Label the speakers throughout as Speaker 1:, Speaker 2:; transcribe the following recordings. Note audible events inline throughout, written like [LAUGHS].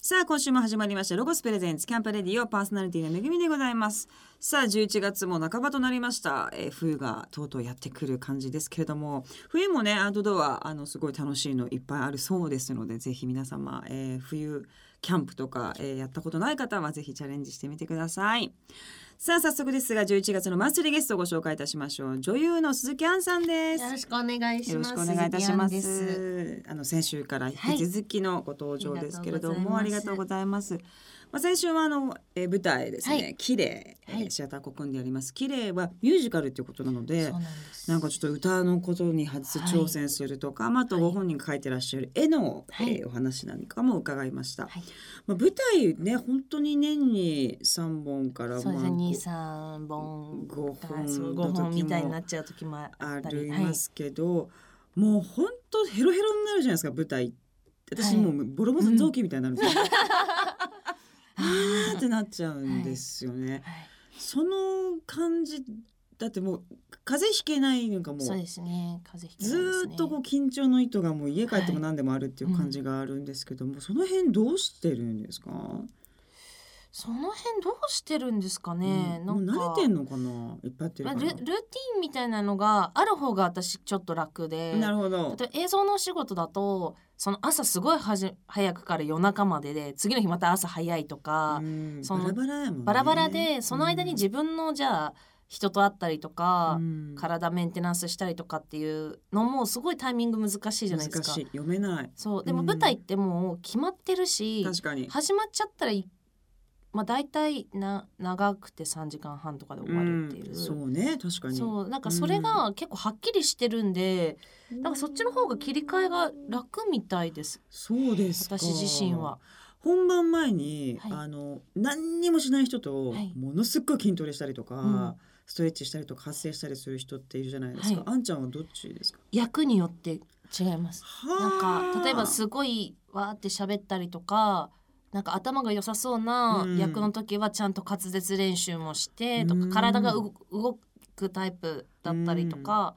Speaker 1: さあ今週も始まりましたロゴスプレゼンツキャンプレディオパーソナリティのめぐみでございますさあ11月も半ばとなりました、えー冬がとうとうやってくる感じですけれども冬もねアウトドアあのすごい楽しいのいっぱいあるそうですのでぜひ皆様、えー冬キャンプとか、えーやったことない方はぜひチャレンジしてみてくださいさあ早速ですが11月のマンスリーゲストをご紹介いたしましょう女優の鈴木杏さんです
Speaker 2: よろしくお願いし
Speaker 1: よろ
Speaker 2: ま
Speaker 1: し
Speaker 2: す。
Speaker 1: くお願いいたしま
Speaker 2: 鈴木杏です。
Speaker 1: す。あの先週から引き続きのご登場ですけれども、
Speaker 2: は
Speaker 1: あ
Speaker 2: い
Speaker 1: りがとうございます。まあ先週はあの、えー舞台です
Speaker 2: は
Speaker 1: ね、
Speaker 2: い
Speaker 1: 綺麗、えー
Speaker 2: はい
Speaker 1: シアターココンでやります。綺麗はミュージカルということなので
Speaker 2: そう、なんです。
Speaker 1: なんかちょっと歌のことに初挑戦するとか、まああとご本人が書いてらっしゃる絵の、
Speaker 2: はい
Speaker 1: えーお話なんかも伺いました。
Speaker 2: はい
Speaker 1: まあ舞台ね本当に年に三本から
Speaker 2: そうですね。
Speaker 1: まあ
Speaker 2: 二三本
Speaker 1: 五本
Speaker 2: がそう五
Speaker 1: の時も
Speaker 2: 本みたいになっちゃう時もあ
Speaker 1: あ
Speaker 2: った
Speaker 1: り
Speaker 2: り、
Speaker 1: ますけど、もう本当ヘロヘロになるじゃないですか舞台って私
Speaker 2: はい
Speaker 1: もうボロボロの臓器みたいになるんですよ、 [LAUGHS] あーってなっちゃうんですよね、
Speaker 2: はい。はい
Speaker 1: その感じだってもう風邪ひけないのかもう
Speaker 2: そうですね。風邪ひき
Speaker 1: ずーっとこう緊張の糸がもう家帰っても何でもあるっていう感じがあるんですけども、その辺どうしてるんですか、
Speaker 2: その辺どうしてるんですかね。
Speaker 1: うん
Speaker 2: な
Speaker 1: もうん
Speaker 2: か
Speaker 1: 慣れてんのかないっぱいやってる
Speaker 2: まあ
Speaker 1: か
Speaker 2: ル
Speaker 1: ら
Speaker 2: ルーティンみたいなのがある方が私ちょっと楽で。
Speaker 1: なるほど
Speaker 2: 例えば映像のお仕事だとその朝すごいはじ早くから夜中までで次の日また朝早いとか、
Speaker 1: うん
Speaker 2: そ
Speaker 1: バ
Speaker 2: の
Speaker 1: ラバラやもんね
Speaker 2: バラバラでその間に自分のじゃあ人と会ったりとか、
Speaker 1: うん
Speaker 2: 体メンテナンスしたりとかっていうのもすごいタイミング難しいじゃないです
Speaker 1: 難
Speaker 2: か
Speaker 1: しい。読めない
Speaker 2: そうでも
Speaker 1: うん
Speaker 2: 舞台ってもう決まってるし、
Speaker 1: 確かに
Speaker 2: 始まっちゃったらい、まあ、大体な長くて3時間半とかで終わるっていう。
Speaker 1: んそうね確かに
Speaker 2: そうなんかそれが結構はっきりしてるんで、なんかそっちの方が切り替えが楽みたいです
Speaker 1: そうですか
Speaker 2: 私自身は。
Speaker 1: 本番前に、
Speaker 2: はい
Speaker 1: あの何にもしない人と、
Speaker 2: はい
Speaker 1: ものすっごい筋トレしたりとか、
Speaker 2: うん
Speaker 1: ストレッチしたりとか発声したりする人っているじゃないですか、
Speaker 2: はい
Speaker 1: あんちゃんはどっちですか
Speaker 2: 役によって違いますなん
Speaker 1: はあ
Speaker 2: か例えばすごいわーって喋ったりとかなんか頭が良さそうな
Speaker 1: うん
Speaker 2: 役の時はちゃんと滑舌練習もしてとか、
Speaker 1: うん
Speaker 2: 体が動く動くタイプだったりとか、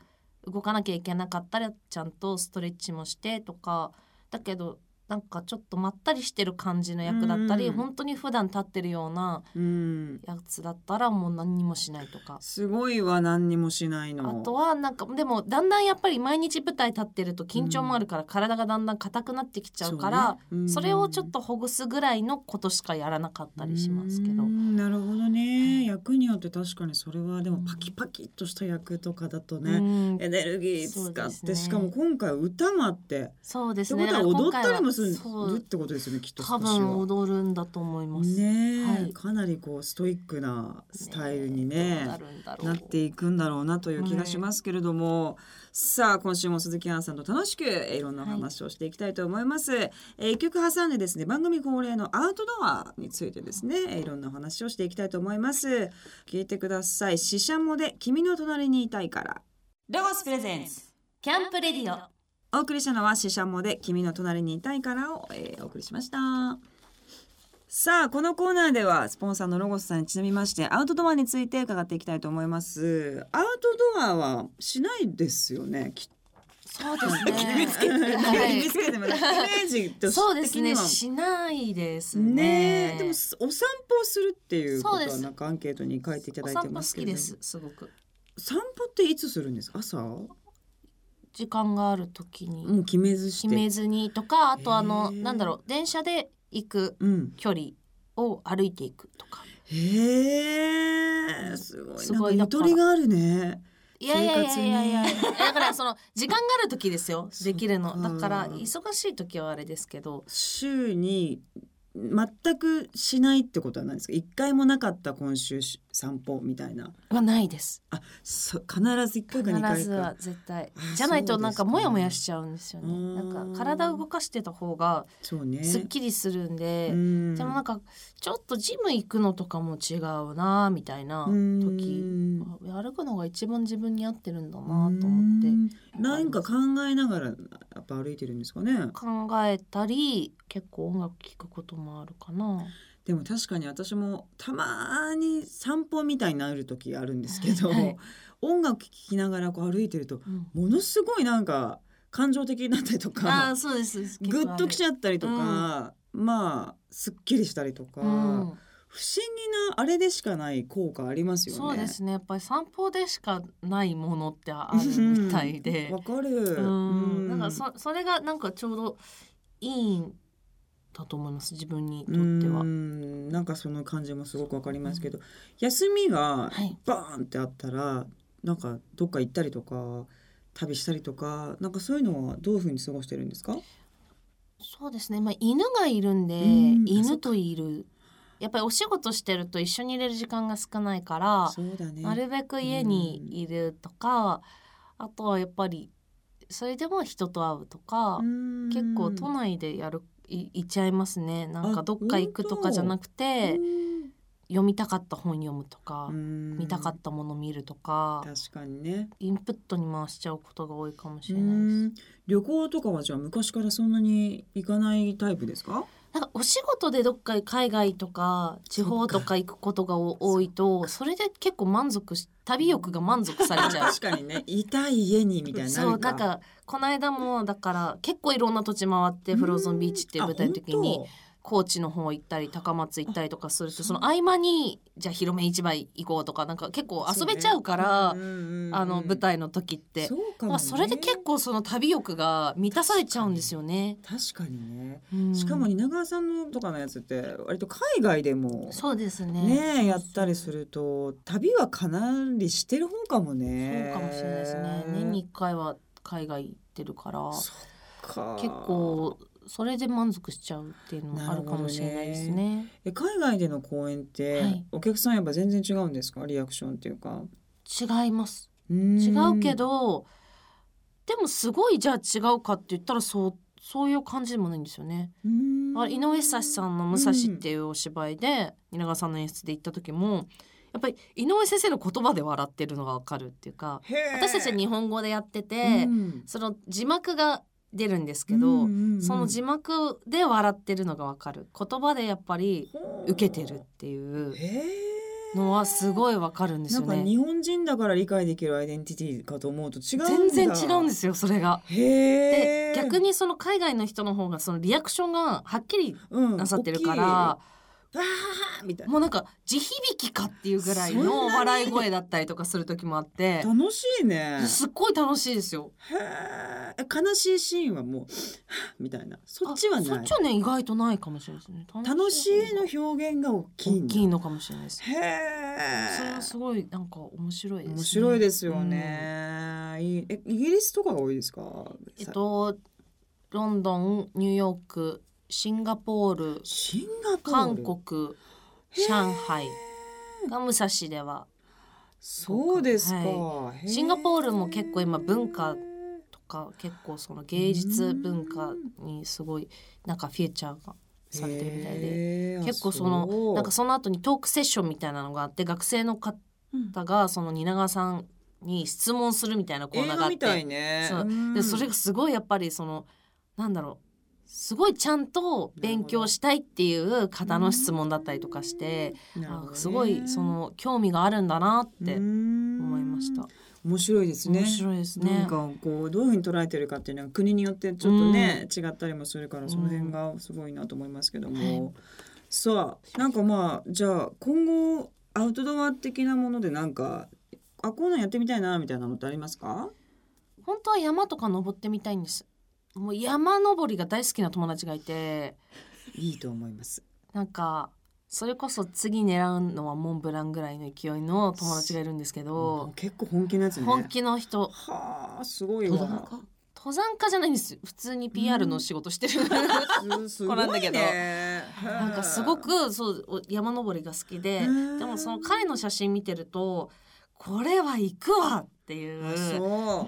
Speaker 2: 動かなきゃいけなかったらちゃんとストレッチもしてとかだけどなんかちょっとまったりしてる感じの役だったり、
Speaker 1: うん
Speaker 2: 本当に普段立ってるような
Speaker 1: うん
Speaker 2: やつだったらもう何にもしないとか。
Speaker 1: すごいわ何にもしないの
Speaker 2: あとはなんかでもだんだんやっぱり毎日舞台立ってると緊張もあるから体がだんだん硬くなってきちゃうから、
Speaker 1: そうねうん
Speaker 2: それをちょっとほぐすぐらいのことしかやらなかったりしますけど
Speaker 1: うーん。なるほど
Speaker 2: は
Speaker 1: ね
Speaker 2: い
Speaker 1: 役によって確かにそれはでも
Speaker 2: うん
Speaker 1: パキパキっとした役とかだと
Speaker 2: う
Speaker 1: ね、
Speaker 2: ん
Speaker 1: エネルギー使
Speaker 2: そう
Speaker 1: っ
Speaker 2: で
Speaker 1: て、
Speaker 2: すね
Speaker 1: しかも今回歌もあって
Speaker 2: そうで
Speaker 1: って
Speaker 2: す
Speaker 1: こ
Speaker 2: ね。
Speaker 1: とは踊ったりもする
Speaker 2: だから今回は
Speaker 1: ってことですよねきっと
Speaker 2: そう多
Speaker 1: 少し
Speaker 2: 分
Speaker 1: は。
Speaker 2: 踊るんだと思います。
Speaker 1: ねえ、
Speaker 2: はい
Speaker 1: かなりこうストイックなスタイルにね
Speaker 2: どうなるんだろう
Speaker 1: なっていくんだろうなという気がしますけれども、さあ今週も鈴木杏さんと楽しくえーいろんなお話をしていきたいと思います、えー一曲挟んでですね番組恒例のアウトドアについてですねえーいろんなお話をしていきたいと思います聞いてくださいししゃもで君の隣にいたいからロゴスプレゼンス
Speaker 2: キャンプレディオ。
Speaker 1: お送りしたのはシシャモで君の隣にいたいからを、えーお送りしました。さあこのコーナーではスポンサーのロゴスさんにちなみましてアウトドアについて伺っていきたいと思います。アウトドアはしないですよね。きっ
Speaker 2: そうです [LAUGHS] ね。
Speaker 1: と [LAUGHS] 決めつけて、
Speaker 2: はい
Speaker 1: [LAUGHS] 決めつけてもイメージとして
Speaker 2: そうですね。
Speaker 1: 的には
Speaker 2: しないです
Speaker 1: ね
Speaker 2: ね。
Speaker 1: えでもすお散歩をするっていうこと
Speaker 2: そうで
Speaker 1: は
Speaker 2: す
Speaker 1: なんかアンケートに書いていた
Speaker 2: お
Speaker 1: だいて
Speaker 2: 散歩
Speaker 1: ま
Speaker 2: 好
Speaker 1: すけ
Speaker 2: き
Speaker 1: ど、ね、
Speaker 2: です。すごく
Speaker 1: 散歩っていつするんですか朝も
Speaker 2: 時間があるときに。
Speaker 1: う決めずして
Speaker 2: 決めずにとかあとあの
Speaker 1: へー
Speaker 2: なんだろう電車で行く
Speaker 1: うん、
Speaker 2: 距離を歩いていくとか
Speaker 1: へえ、すごい。
Speaker 2: すごい
Speaker 1: なん
Speaker 2: だ
Speaker 1: か
Speaker 2: か
Speaker 1: ゆとり
Speaker 2: ら
Speaker 1: があるね。
Speaker 2: いやいやいやいやいや
Speaker 1: 生
Speaker 2: だからその時間がある時ですよ
Speaker 1: そっか
Speaker 2: できるのだから忙しい時はあれですけど
Speaker 1: 週に全くしないってことはないですか。一回もなかった今週し散歩みたいな。
Speaker 2: はないです
Speaker 1: あ、そ必ず一回
Speaker 2: 必
Speaker 1: か二回
Speaker 2: ず
Speaker 1: か
Speaker 2: は。絶対
Speaker 1: あ
Speaker 2: じゃない
Speaker 1: そ
Speaker 2: と
Speaker 1: うで
Speaker 2: な
Speaker 1: す
Speaker 2: ん
Speaker 1: か
Speaker 2: かモヤモヤしちゃうんですよ
Speaker 1: う
Speaker 2: ね
Speaker 1: ーん
Speaker 2: なんか体を動かしてた方が
Speaker 1: そうね。
Speaker 2: すっきりするんで
Speaker 1: うん
Speaker 2: でもなんかちょっとジム行くのとかも違うなみたいな時
Speaker 1: うん
Speaker 2: 歩くのが一番自分に合ってるんだなと思って
Speaker 1: うんなんか考えながらやっぱ歩いてるんですかね。
Speaker 2: 考えたり結構音楽聴くこともあるかな
Speaker 1: でも確かに私もたまに散歩みたいになる時あるんですけど、
Speaker 2: はい
Speaker 1: 音楽聴きながらこう歩いてるとものすごいなんか感情的になったりと
Speaker 2: あ
Speaker 1: か
Speaker 2: あそうです
Speaker 1: グッときち
Speaker 2: ゃ
Speaker 1: ゃったりとか、まあすっきりしたりとか、
Speaker 2: うん、
Speaker 1: 不思議なあれでしかない効果ありますよね。
Speaker 2: そ
Speaker 1: [LAUGHS]
Speaker 2: うですねやっぱり散歩でしかないものってあるみたいで
Speaker 1: うんわかる。
Speaker 2: うんなんか
Speaker 1: う
Speaker 2: そそれがなんかちょうどいいんだと思います自分にとっ
Speaker 1: う
Speaker 2: ては。
Speaker 1: んなんかその感じもすごくわかりますけど、休みが
Speaker 2: はい
Speaker 1: バーンってあったらなんかどっか行ったりとか旅したりとかなんかそういうのはどういうふうに過ごしてるんですか？
Speaker 2: そうですね、まあ、犬がいるんで、
Speaker 1: うんあそっ
Speaker 2: 犬
Speaker 1: か
Speaker 2: といるやっぱりお仕事してると一緒にいれる時間が少ないから、
Speaker 1: そうだね。
Speaker 2: なるべく家にいるとか、あとはやっぱりそれでも人と会うとか、
Speaker 1: うん
Speaker 2: 結構都内でやるい行っちゃいますねなんか
Speaker 1: あ
Speaker 2: どっか行くとかじゃなくて読みたかった本読むとか、
Speaker 1: うん
Speaker 2: 見たかったもの見るとか
Speaker 1: 確かにね。
Speaker 2: インプットに回しちゃうことが多いかもし
Speaker 1: う
Speaker 2: れないです。
Speaker 1: ん旅行とかはじゃあ昔からそんなに行かないタイプですか？
Speaker 2: なんかお仕事でどっか海外とか地方とか行くことがお多いとそれで結構満足し旅欲が満足されちゃう。
Speaker 1: 確かにね。いたい家に [LAUGHS] みたいにな
Speaker 2: そう
Speaker 1: るか。
Speaker 2: なんかこの間もだから結構いろんな土地回って「フローズンビーチ」っていう舞台の時
Speaker 1: うんあ
Speaker 2: に
Speaker 1: 本
Speaker 2: 高知の方行ったり高松行ったりとかする
Speaker 1: あ
Speaker 2: とその合間にじゃあ広め市場行こうとかなんか結構遊べちゃうから
Speaker 1: そうねうんうんうん
Speaker 2: あの舞台の時って
Speaker 1: そうか
Speaker 2: だ
Speaker 1: も
Speaker 2: か
Speaker 1: ね
Speaker 2: らそれで結構その旅欲が満たされちゃうんですよね。
Speaker 1: 確かにね、
Speaker 2: うん
Speaker 1: しかも蜷川さんのとかのやつって割と海外でも
Speaker 2: そうですね
Speaker 1: ねえやったりすると旅はかなりしてる方かもね
Speaker 2: そうかもしれないですね。年に1回は海外行ってるから
Speaker 1: そっか
Speaker 2: 結構それで満足しちゃうっていうのもあるかもしれないですね。
Speaker 1: え海外での公演って、
Speaker 2: はい
Speaker 1: お客さんやっぱ全然違うんですかリアクションっていうか
Speaker 2: 違います。
Speaker 1: うー
Speaker 2: 違
Speaker 1: ん
Speaker 2: うけど、でもすごいじゃあ違うかって言ったらそうそういう感じでもないんですよね。
Speaker 1: うーん
Speaker 2: あ井上久志さんの武蔵っていうお芝居で蜷川さんの演出で行った時もやっぱり井上先生の言葉で笑ってるのがわかるっていうか
Speaker 1: へえ
Speaker 2: 私たちは日本語でやってて、
Speaker 1: うん
Speaker 2: その字幕が出るんですけど、
Speaker 1: うんうんうん
Speaker 2: その字幕で笑ってるのがわかる言葉でやっぱり受けてるっていう
Speaker 1: へえ
Speaker 2: のはすごいわかるんで
Speaker 1: な
Speaker 2: すよ
Speaker 1: んか
Speaker 2: ね
Speaker 1: 日本人だから理解できるアイデンティティかと思うと違うんだ
Speaker 2: 全然違うんですすよそれが。
Speaker 1: へ
Speaker 2: で
Speaker 1: え
Speaker 2: 逆、にその海外の人の方がそのリアクションがはっきり
Speaker 1: うん
Speaker 2: なさってる
Speaker 1: 大
Speaker 2: から、
Speaker 1: きいわーみたいな
Speaker 2: もうなんか地響きかっていうぐらい
Speaker 1: そん
Speaker 2: の
Speaker 1: なに
Speaker 2: 笑い声だったりとかする時もあって
Speaker 1: 楽しいね
Speaker 2: すっごい楽しいですよ。
Speaker 1: へえ悲しいシーンはもうはあみたいなそっちは
Speaker 2: あそ
Speaker 1: な
Speaker 2: っ
Speaker 1: い
Speaker 2: ちはね意外とないかもしれないですね。
Speaker 1: 楽しいの表現が大きい
Speaker 2: 大
Speaker 1: んだ
Speaker 2: きいのかもしれないです。
Speaker 1: へ
Speaker 2: それは
Speaker 1: え
Speaker 2: すごいなんか面白いです、ね。
Speaker 1: 面白いですよね、いいえイギリスとかが多いですか
Speaker 2: うん。えっとロンドン、ニューヨーク、シンガポール、
Speaker 1: シンガポー
Speaker 2: 韓
Speaker 1: ル
Speaker 2: 国、
Speaker 1: へー
Speaker 2: 上海が武蔵では
Speaker 1: そうですか、
Speaker 2: は
Speaker 1: へ
Speaker 2: シンガポールも結構今文化とか結構その芸術文化にすごいなんかフィーチャーがされてるみたいで。
Speaker 1: へー
Speaker 2: 結構
Speaker 1: あ
Speaker 2: その
Speaker 1: う
Speaker 2: なんかその後にトークセッションみたいなのがあって学生の方
Speaker 1: うん
Speaker 2: がその蜷川さんに質問するみたいなコーナーがあっ
Speaker 1: 映画みた
Speaker 2: て
Speaker 1: いね
Speaker 2: そうんでそれがすごいやっぱりそのなんだろうすごいちゃんと勉強したいっていう方の質問だったりとかして、
Speaker 1: なるほ
Speaker 2: あ
Speaker 1: どね
Speaker 2: すごいその興味があるんだなって思
Speaker 1: 思
Speaker 2: いました。
Speaker 1: 面白いですね
Speaker 2: 面白いですね。
Speaker 1: なんかこうどういうふうに捉えてるかっていうのは国によってちょっとね、違ったりもするからその辺がすごいなと思いますけども、さあなんかまあじゃあ今後アウトドア的なものでなんかあこういうのやってみたいなみたいなのってありますか
Speaker 2: 本当は山とか登ってみたいんです。もう山登りが大好きな友達がいて、
Speaker 1: いいと思います
Speaker 2: なんかそれこそ次狙うのはモンブランぐらいの勢いの友達がいるんですけど、
Speaker 1: 結構本気のやつね
Speaker 2: 本気の人
Speaker 1: はあすごい
Speaker 2: 登
Speaker 1: わ
Speaker 2: 山登山家じゃないんです普通に PR の仕事してる、
Speaker 1: すすご
Speaker 2: 子
Speaker 1: いね
Speaker 2: なんだけどな
Speaker 1: なん
Speaker 2: かすごくそうお山登りが好きで、でもその彼の写真見てるとこれは行くわっていうも
Speaker 1: そう
Speaker 2: の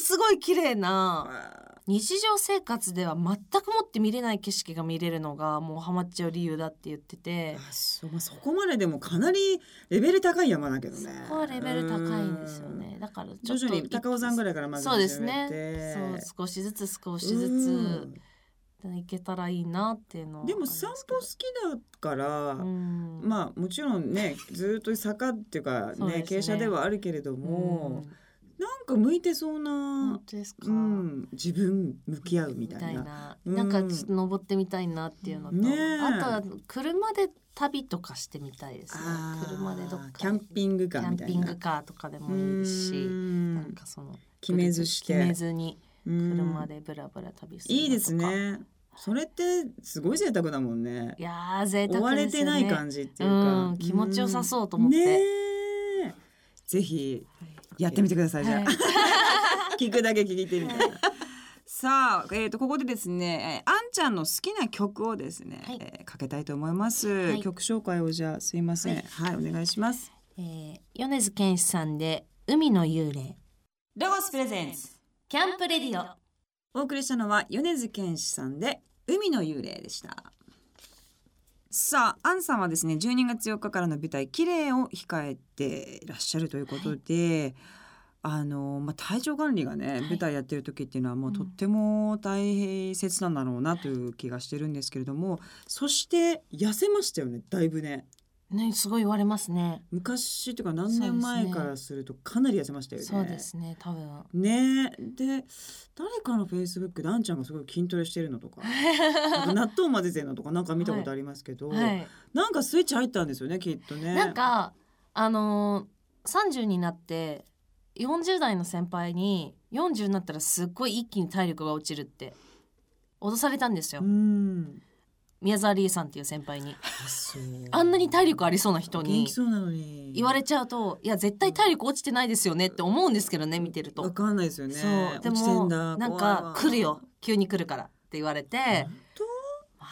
Speaker 2: すごい綺麗な
Speaker 1: あ
Speaker 2: 日常生活では全くもって見れない景色が見れるのがもうハマっちゃう理由だって言ってて
Speaker 1: そうまあそこまででもかなりレベル高い山だけどね
Speaker 2: すごいレベル高いんですよねだからちょ
Speaker 1: 徐
Speaker 2: っと
Speaker 1: 々に高尾山ぐ
Speaker 2: ら
Speaker 1: らい
Speaker 2: い
Speaker 1: からまず
Speaker 2: そうです
Speaker 1: 始め
Speaker 2: ね
Speaker 1: て
Speaker 2: そう少しずつ少し
Speaker 1: う
Speaker 2: ず
Speaker 1: ん
Speaker 2: つ行けたらいいなっていうのは
Speaker 1: でも散歩好きだから、
Speaker 2: うん
Speaker 1: まあもちろんねずっと坂っていうか
Speaker 2: そう
Speaker 1: ね
Speaker 2: ですね
Speaker 1: 傾斜ではあるけれども、なんか向いてそう
Speaker 2: 本
Speaker 1: な、
Speaker 2: 当ですか、
Speaker 1: うん、自分向き合うみたいな。
Speaker 2: な
Speaker 1: うん
Speaker 2: なんかちょっと登ってみたいなっていうのと、
Speaker 1: ねえ
Speaker 2: あとは車で旅とかしてみたいですね
Speaker 1: あー
Speaker 2: 車でどっか
Speaker 1: キャンピングカーみた
Speaker 2: キャ
Speaker 1: い
Speaker 2: ン
Speaker 1: な。
Speaker 2: ピングカーとかでもいいし
Speaker 1: うん
Speaker 2: なんかその
Speaker 1: 決めずして
Speaker 2: 決めずに
Speaker 1: うん
Speaker 2: 車でブラブラ旅するのとか
Speaker 1: いいですね。それってすごい贅沢だもんね。
Speaker 2: いやー贅
Speaker 1: 追わ
Speaker 2: 沢
Speaker 1: れ
Speaker 2: です
Speaker 1: て
Speaker 2: よね
Speaker 1: ない感じっていうか、
Speaker 2: うん気持ちよさそうと思って
Speaker 1: うんねえぜひやってみてください、じゃあ、
Speaker 2: はい
Speaker 1: [LAUGHS] 聞くだけ聞いてみたい
Speaker 2: [LAUGHS]
Speaker 1: な。さあ、えー、とここでですね、えーあんちゃんの好きな曲をですね、
Speaker 2: はい
Speaker 1: えーかけたいと思います、
Speaker 2: い
Speaker 1: 曲紹介をじゃあすいません、は、
Speaker 2: はい
Speaker 1: お願いします。
Speaker 2: えー米津玄師さんで海の幽霊
Speaker 1: ロゴスプレゼンツ。
Speaker 2: キャンプレディオ
Speaker 1: お送りしたのは米津玄師さんで海の幽霊でしたさあアンさんはですね12月4日からの舞台「綺麗を控えていらっしゃるということで、あのまあ、体調管理がね、
Speaker 2: い
Speaker 1: 舞台やってる時っていうのはもう
Speaker 2: うん
Speaker 1: とっても大切なんだろうなという気がしてるんですけれども、そして痩せましたよねだいぶね
Speaker 2: ねすごい言われますね
Speaker 1: 昔とか何年前からするとかなり痩せましたよね。
Speaker 2: そうですね多
Speaker 1: [LAUGHS]
Speaker 2: 分
Speaker 1: ねえで誰かのフェイスブックであんちゃんがすごい筋トレしてるのとかなんか納豆混ぜてるのとかなんか見たことありますけど、
Speaker 2: はい
Speaker 1: なんかスイッチ入ったんですよねきっとね。
Speaker 2: なんかあのー、30になって40代の先輩に40になったらすっごい一気に体力が落ちるって脅されたんですよ、
Speaker 1: うん
Speaker 2: 宮沢りえさんっていう先輩に
Speaker 1: あそう
Speaker 2: あんなに体力ありそうな人
Speaker 1: 元
Speaker 2: に
Speaker 1: 気そうなのに
Speaker 2: 言われちゃうといや絶対体力落ちてないですよねって思うんですけどね見てる
Speaker 1: わ
Speaker 2: と、
Speaker 1: かんないですよね。
Speaker 2: そうで
Speaker 1: 落ちて
Speaker 2: も
Speaker 1: んだ
Speaker 2: なん
Speaker 1: 怖いわ
Speaker 2: か来るよ急に来るからって言われて
Speaker 1: 本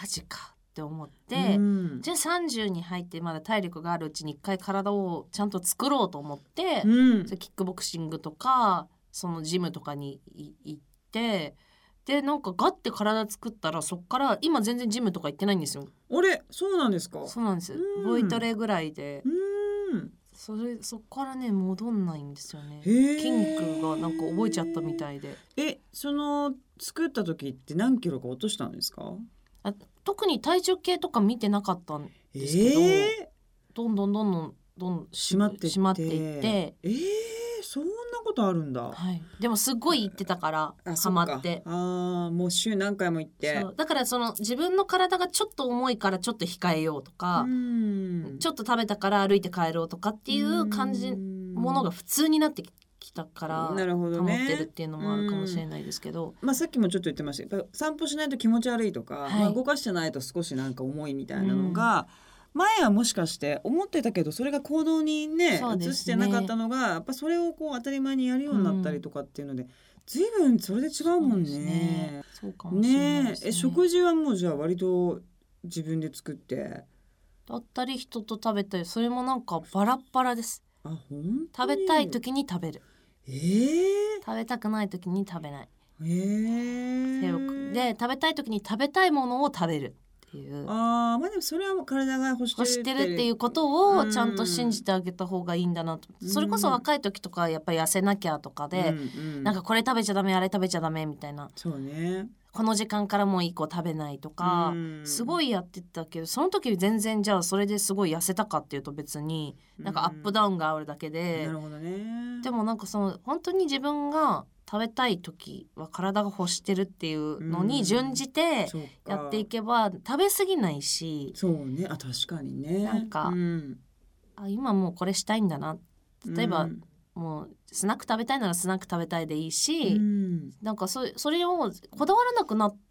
Speaker 2: マジかって思っ
Speaker 1: 当
Speaker 2: て、
Speaker 1: うん
Speaker 2: じゃあ30に入ってまだ体力があるうちに一回体をちゃんと作ろうと思って、
Speaker 1: うん
Speaker 2: それキックボクシングとかそのジムとかにい行ってでなんかガッて体作ったらそっから今全然ジムとか行ってないんですよ
Speaker 1: あれそうなんですか
Speaker 2: そうなんです
Speaker 1: うん
Speaker 2: ボイトレぐらいで
Speaker 1: うん
Speaker 2: それそっからね戻んないんですよね
Speaker 1: へえ
Speaker 2: 筋肉がなんか覚えちゃったみたいで
Speaker 1: えその作った時って何キロか落としたんですか
Speaker 2: 特に体重計とか見てなかったん
Speaker 1: え
Speaker 2: ですけど
Speaker 1: え
Speaker 2: どんどんどんどんどん
Speaker 1: 閉まってって
Speaker 2: 閉まっていって
Speaker 1: ええそんなことあるんだ。
Speaker 2: はい、でもすごい行ってたからハマって
Speaker 1: そかああ、もう週何回も行って。
Speaker 2: そうだからその自分の体がちょっと重いからちょっと控えようとか、
Speaker 1: ん
Speaker 2: ちょっと食べたから歩いて帰ろうとかっていう感じものが普通になってきたから
Speaker 1: なるほど
Speaker 2: 保ってる
Speaker 1: ね。
Speaker 2: っていうのもあるかもしれないですけど、
Speaker 1: まあさっきもちょっと言ってましたけど、散歩しないと気持ち悪いとか、
Speaker 2: はい
Speaker 1: まあ動かしてないと少しなんか重いみたいなのが。前はもしかして思ってたけどそれが行動にね
Speaker 2: そうですね
Speaker 1: 移してなかったのがやっぱそれをこう当たり前にやるようになったりとかっていうので、随分それで違うもん
Speaker 2: そうです
Speaker 1: ね。
Speaker 2: そうかもしれない
Speaker 1: ね
Speaker 2: です
Speaker 1: え
Speaker 2: ね
Speaker 1: え食事はもうじゃあ割と自分で作って
Speaker 2: だったり人と食べたりそれもなんかバラッバラです
Speaker 1: あ本当
Speaker 2: 食
Speaker 1: に
Speaker 2: べたい時に食べる
Speaker 1: え
Speaker 2: 食べたくない時に食べない
Speaker 1: ええ
Speaker 2: 手を
Speaker 1: え
Speaker 2: で食べたい時に食べたいものを食べるっていう
Speaker 1: あーまあでもそれはもう体が欲して
Speaker 2: 欲
Speaker 1: る
Speaker 2: してるっていう
Speaker 1: と
Speaker 2: ことを
Speaker 1: うん
Speaker 2: ちゃんと信じてあげた方がいいんだなと、
Speaker 1: うん
Speaker 2: それこそ若い時とかやっぱり痩せなきゃとかで、なんかこれ食べちゃダメあれ食べちゃダメみたいな
Speaker 1: そうね
Speaker 2: この時間からもう一個食べないとか、すご
Speaker 1: い
Speaker 2: いやってたけどその時全然じゃあそれですごい痩せたかっていうと別になんかアップダウンがあるだけで
Speaker 1: な、るほどね
Speaker 2: でもなんかその本当に自分が食べたい時は体が欲してるっていうの
Speaker 1: うん
Speaker 2: に準じて
Speaker 1: そうか
Speaker 2: やっていけば食べ過ぎないし、
Speaker 1: そうねあ確かにね
Speaker 2: なんか
Speaker 1: うん
Speaker 2: あ今もうこれしたいんだな例えば、
Speaker 1: うん
Speaker 2: もうスナック食べたいならスナック食べたいでいいし、
Speaker 1: うん
Speaker 2: なんかそそれをこだわらなくなっ